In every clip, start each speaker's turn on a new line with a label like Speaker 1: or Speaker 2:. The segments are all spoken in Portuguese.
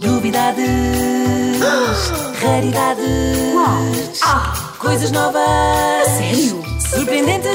Speaker 1: Novidades, raridades, coisas novas,
Speaker 2: sério?
Speaker 1: surpreendentes.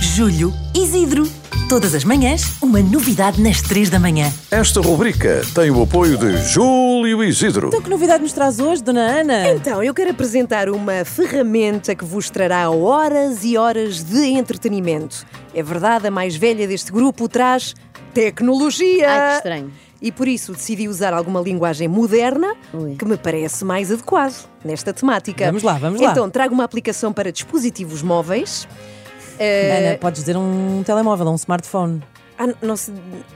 Speaker 2: Julho Isidro. Todas as manhãs, uma novidade nas três da manhã.
Speaker 3: Esta rubrica tem o apoio de Júlio Isidro.
Speaker 2: Que novidade nos traz hoje, dona Ana?
Speaker 4: Então, eu quero apresentar uma ferramenta que vos trará horas e horas de entretenimento. É verdade, a mais velha deste grupo traz tecnologia.
Speaker 5: Ai, que estranho.
Speaker 4: E por isso decidi usar alguma linguagem moderna
Speaker 5: Ui.
Speaker 4: que me parece mais adequado nesta temática.
Speaker 2: Vamos lá, vamos lá.
Speaker 4: Então, trago uma aplicação para dispositivos móveis. eh,
Speaker 2: Ana, podes dizer um telemóvel, um smartphone.
Speaker 4: Ah, n- não, se-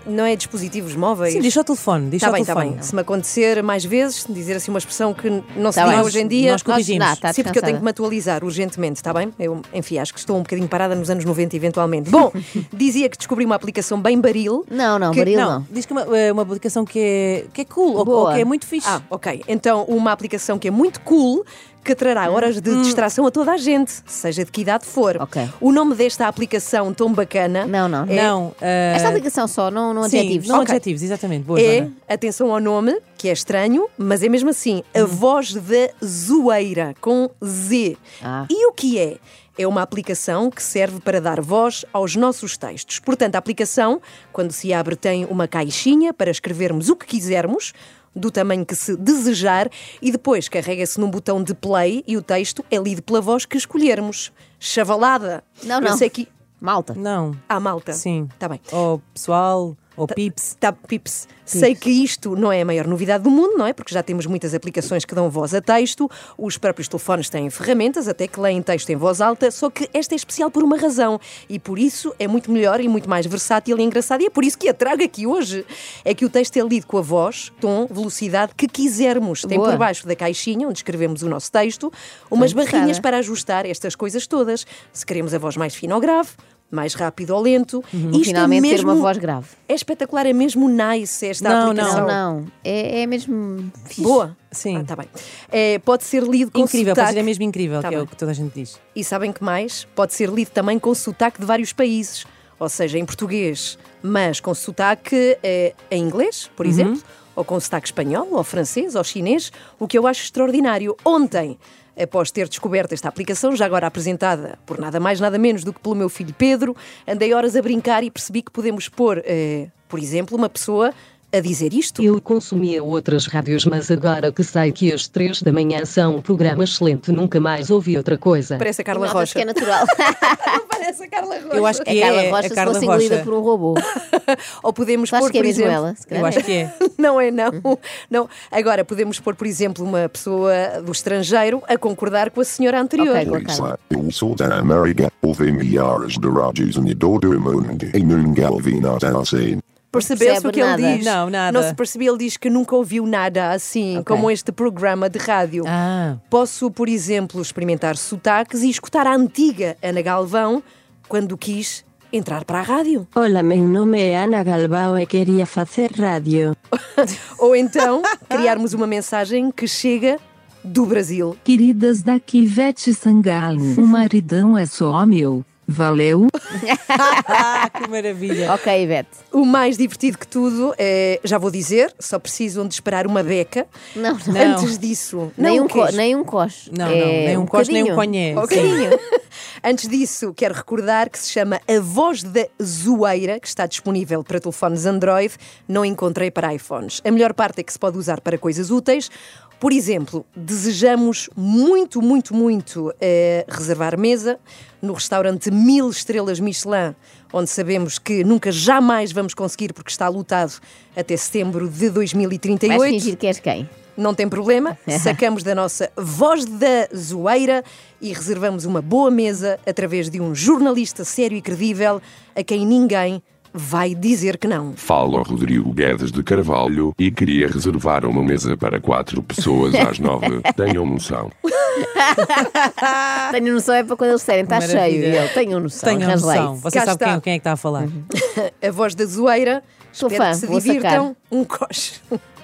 Speaker 4: não é dispositivos móveis?
Speaker 2: Sim, deixa o telefone, deixa
Speaker 4: Está
Speaker 2: o
Speaker 4: Tá bem, está
Speaker 2: telefone.
Speaker 4: bem. Se me acontecer mais vezes, dizer assim uma expressão que n- não se
Speaker 5: Tá
Speaker 4: diz
Speaker 5: bem.
Speaker 4: hoje em dia.
Speaker 2: Nós corrigimos.
Speaker 5: Nós- Tá
Speaker 4: Sim, porque eu
Speaker 5: descansada.
Speaker 4: tenho que me atualizar urgentemente, está bem? Eu, enfim, acho que estou um bocadinho parada nos anos 90, eventualmente. Bom, dizia que descobri uma aplicação bem baril.
Speaker 5: Não, não,
Speaker 4: que-
Speaker 5: baril
Speaker 2: Não,
Speaker 5: não.
Speaker 2: diz que é uma, é uma aplicação que é, que é cool, ou- ou,
Speaker 5: Boa.
Speaker 2: que é muito fixe.
Speaker 4: Ah, ok. Então, uma aplicação que é muito cool, que
Speaker 5: Hum,
Speaker 4: trará horas de distração a toda a gente, seja de que idade for.
Speaker 5: Ok.
Speaker 4: O nome desta aplicação tão bacana é
Speaker 5: Não, não.
Speaker 2: não, ah,
Speaker 5: Esta aplicação só, não, não
Speaker 2: sim,
Speaker 5: adjetivos.
Speaker 2: Não
Speaker 5: Ok.
Speaker 2: adjetivos, exatamente. Boa,
Speaker 4: é,
Speaker 2: Joana.
Speaker 4: atenção ao nome, que é estranho, mas é mesmo assim, a voz da zoeira, com Z.
Speaker 5: Ah.
Speaker 4: E o que é? É uma aplicação que serve para dar voz aos nossos textos. Portanto, a aplicação, quando se abre, tem uma caixinha para escrevermos o que quisermos, do tamanho que se desejar, e depois carrega-se num botão de play e o texto é lido pela voz que escolhermos. Chavalada!
Speaker 5: Não,
Speaker 4: Eu
Speaker 5: não.
Speaker 4: sei que.
Speaker 5: Malta.
Speaker 2: Não.
Speaker 4: Ah, malta.
Speaker 2: Sim.
Speaker 4: Está bem.
Speaker 2: Ou pessoal, ou pips.
Speaker 4: Tá, Pips. Sei que isto não é a maior novidade do mundo, não é? Porque já temos muitas aplicações que dão voz a texto, os próprios telefones têm ferramentas, até que leem texto em voz alta, só que esta é especial por uma razão e por isso é muito melhor e muito mais versátil e engraçada, e é por isso que a trago aqui hoje. É que o texto é lido com a voz, tom, velocidade que quisermos. Tem
Speaker 5: Boa.
Speaker 4: por baixo da caixinha onde escrevemos o nosso texto umas
Speaker 5: Estou
Speaker 4: barrinhas
Speaker 5: interessada.
Speaker 4: para ajustar estas coisas todas. Se queremos a voz mais fina ou grave. Mais rápido ou lento. Isto
Speaker 5: Uhum. Finalmente
Speaker 4: é
Speaker 5: ter
Speaker 4: mesmo
Speaker 5: uma voz grave.
Speaker 4: é espetacular, é mesmo nice esta
Speaker 2: Não,
Speaker 4: aplicação.
Speaker 5: Não, não. É, é mesmo fixe.
Speaker 4: Boa.
Speaker 2: Sim.
Speaker 4: Ah, tá bem. É, pode ser lido com
Speaker 2: Incrível, pode
Speaker 4: sotaque.
Speaker 2: dizer, é mesmo incrível,
Speaker 4: Tá
Speaker 2: que é o
Speaker 4: bem.
Speaker 2: que toda a gente diz.
Speaker 4: E sabem que mais? Pode ser lido também com sotaque de vários países. Ou seja, em português, mas com sotaque eh, em inglês, por exemplo, ou com sotaque espanhol, ou francês, ou chinês, o que eu acho extraordinário. Ontem, após ter descoberto esta aplicação, já agora apresentada por nada mais, nada menos do que pelo meu filho Pedro, andei horas a brincar e percebi que podemos pôr, eh, por exemplo, uma pessoa a dizer isto.
Speaker 6: Eu consumia outras rádios, mas agora que sei que as três da manhã são um programa excelente, nunca mais ouvi outra coisa.
Speaker 4: Parece a Carla
Speaker 5: Nota-se
Speaker 4: Rocha.
Speaker 5: que é natural.
Speaker 4: Parece a Carla Rocha.
Speaker 2: Eu acho que
Speaker 5: É
Speaker 2: é,
Speaker 5: Carla
Speaker 2: é
Speaker 5: Rocha
Speaker 2: a
Speaker 5: se
Speaker 2: Carla
Speaker 5: fosse
Speaker 2: Rocha.
Speaker 5: engolida por um robô.
Speaker 4: Ou podemos
Speaker 5: Tu achas
Speaker 4: pôr,
Speaker 5: que é
Speaker 4: por
Speaker 5: mesmo
Speaker 4: exemplo...
Speaker 5: ela? Se calhar
Speaker 2: Eu acho que é.
Speaker 4: Não é, não. não. Agora, podemos pôr, por exemplo, uma pessoa do estrangeiro a concordar com a senhora anterior.
Speaker 5: Ok.
Speaker 7: Lisa, eu sou da América, ouve milhares de rádios e do mundo e nunca ouvi nada assim.
Speaker 4: Percebeu-se
Speaker 5: Percebe
Speaker 4: o que ele
Speaker 5: nada.
Speaker 4: diz?
Speaker 2: Não, nada.
Speaker 4: Não se percebeu, ele diz que nunca ouviu nada assim,
Speaker 5: Ok.
Speaker 4: como este programa de rádio.
Speaker 2: Ah,
Speaker 4: Posso, por exemplo, experimentar sotaques e escutar a antiga Ana Galvão quando quis entrar para a rádio.
Speaker 8: Hola, meu nome é Ana Galbao e queria fazer rádio.
Speaker 4: Ou então, criarmos uma mensagem que chega do Brasil.
Speaker 9: Queridas daqui Ivete Sangalo, o maridão é só meu. Valeu.
Speaker 2: ah que maravilha.
Speaker 5: ok, Ivete.
Speaker 4: O mais divertido que tudo é, já vou dizer, só precisam de esperar uma beca.
Speaker 5: Não, não.
Speaker 2: Não.
Speaker 4: Antes disso,
Speaker 5: Nem,
Speaker 4: não
Speaker 5: um
Speaker 4: o
Speaker 5: co,
Speaker 4: queijo.
Speaker 5: nem um cos.
Speaker 2: Não,
Speaker 5: É
Speaker 2: não, nem um cos, nem um
Speaker 5: bocadinho.
Speaker 2: conhé.
Speaker 4: Um
Speaker 2: Sim.
Speaker 4: bocadinho. Antes disso, quero recordar que se chama A Voz da Zoeira, que está disponível para telefones Android, não encontrei para iPhones. A melhor parte é que se pode usar para coisas úteis. Por exemplo, desejamos muito, muito, muito eh, reservar mesa no restaurante Mil Estrelas Michelin, onde sabemos que nunca jamais vamos conseguir porque está lotado até setembro de
Speaker 5: Vais
Speaker 4: 2038.
Speaker 5: fingir que és quem?
Speaker 4: Não tem problema, sacamos da nossa voz da zoeira e reservamos uma boa mesa através de um jornalista sério e credível a quem ninguém vai dizer que não.
Speaker 10: Falo Rodrigo Guedes de Carvalho e queria reservar uma mesa para quatro pessoas às nove. Tenham noção.
Speaker 5: Tenho noção, é para quando eles disserem, está
Speaker 2: Ah. Maravilha.
Speaker 5: cheio. E eu tenho noção.
Speaker 2: Tenham
Speaker 5: arranjei-se.
Speaker 2: noção. Você
Speaker 4: Cá
Speaker 2: sabe quem,
Speaker 4: está.
Speaker 2: quem é que está a falar.
Speaker 4: A voz da zoeira,
Speaker 5: Sou
Speaker 4: espero
Speaker 5: fã,
Speaker 4: que se
Speaker 5: vou
Speaker 4: divirtam. Um coche.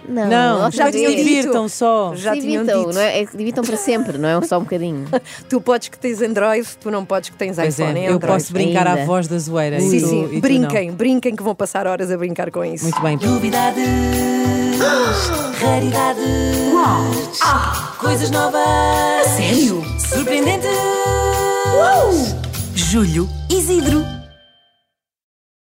Speaker 5: Não,
Speaker 2: Não,
Speaker 5: nós
Speaker 2: já
Speaker 5: já
Speaker 2: tinham
Speaker 5: dito.
Speaker 2: divirtam só.
Speaker 5: Já
Speaker 4: tinham
Speaker 5: divirtam,
Speaker 4: dito.
Speaker 5: não é? É que divirtam para sempre, não é? Só um bocadinho.
Speaker 4: Tu podes que tens Android, tu não podes que tens
Speaker 2: Pois é,
Speaker 4: iPhone.
Speaker 2: eu posso brincar à voz da zoeira. e
Speaker 4: Sim,
Speaker 2: tu-
Speaker 4: sim,
Speaker 2: e tu não.
Speaker 4: brinquem, brinquem que vão passar horas a brincar com isso.
Speaker 2: Muito bem.
Speaker 11: Novidades, raridades, coisas novas.
Speaker 12: sério?
Speaker 11: Surpreendentes.
Speaker 12: Júlio Isidro.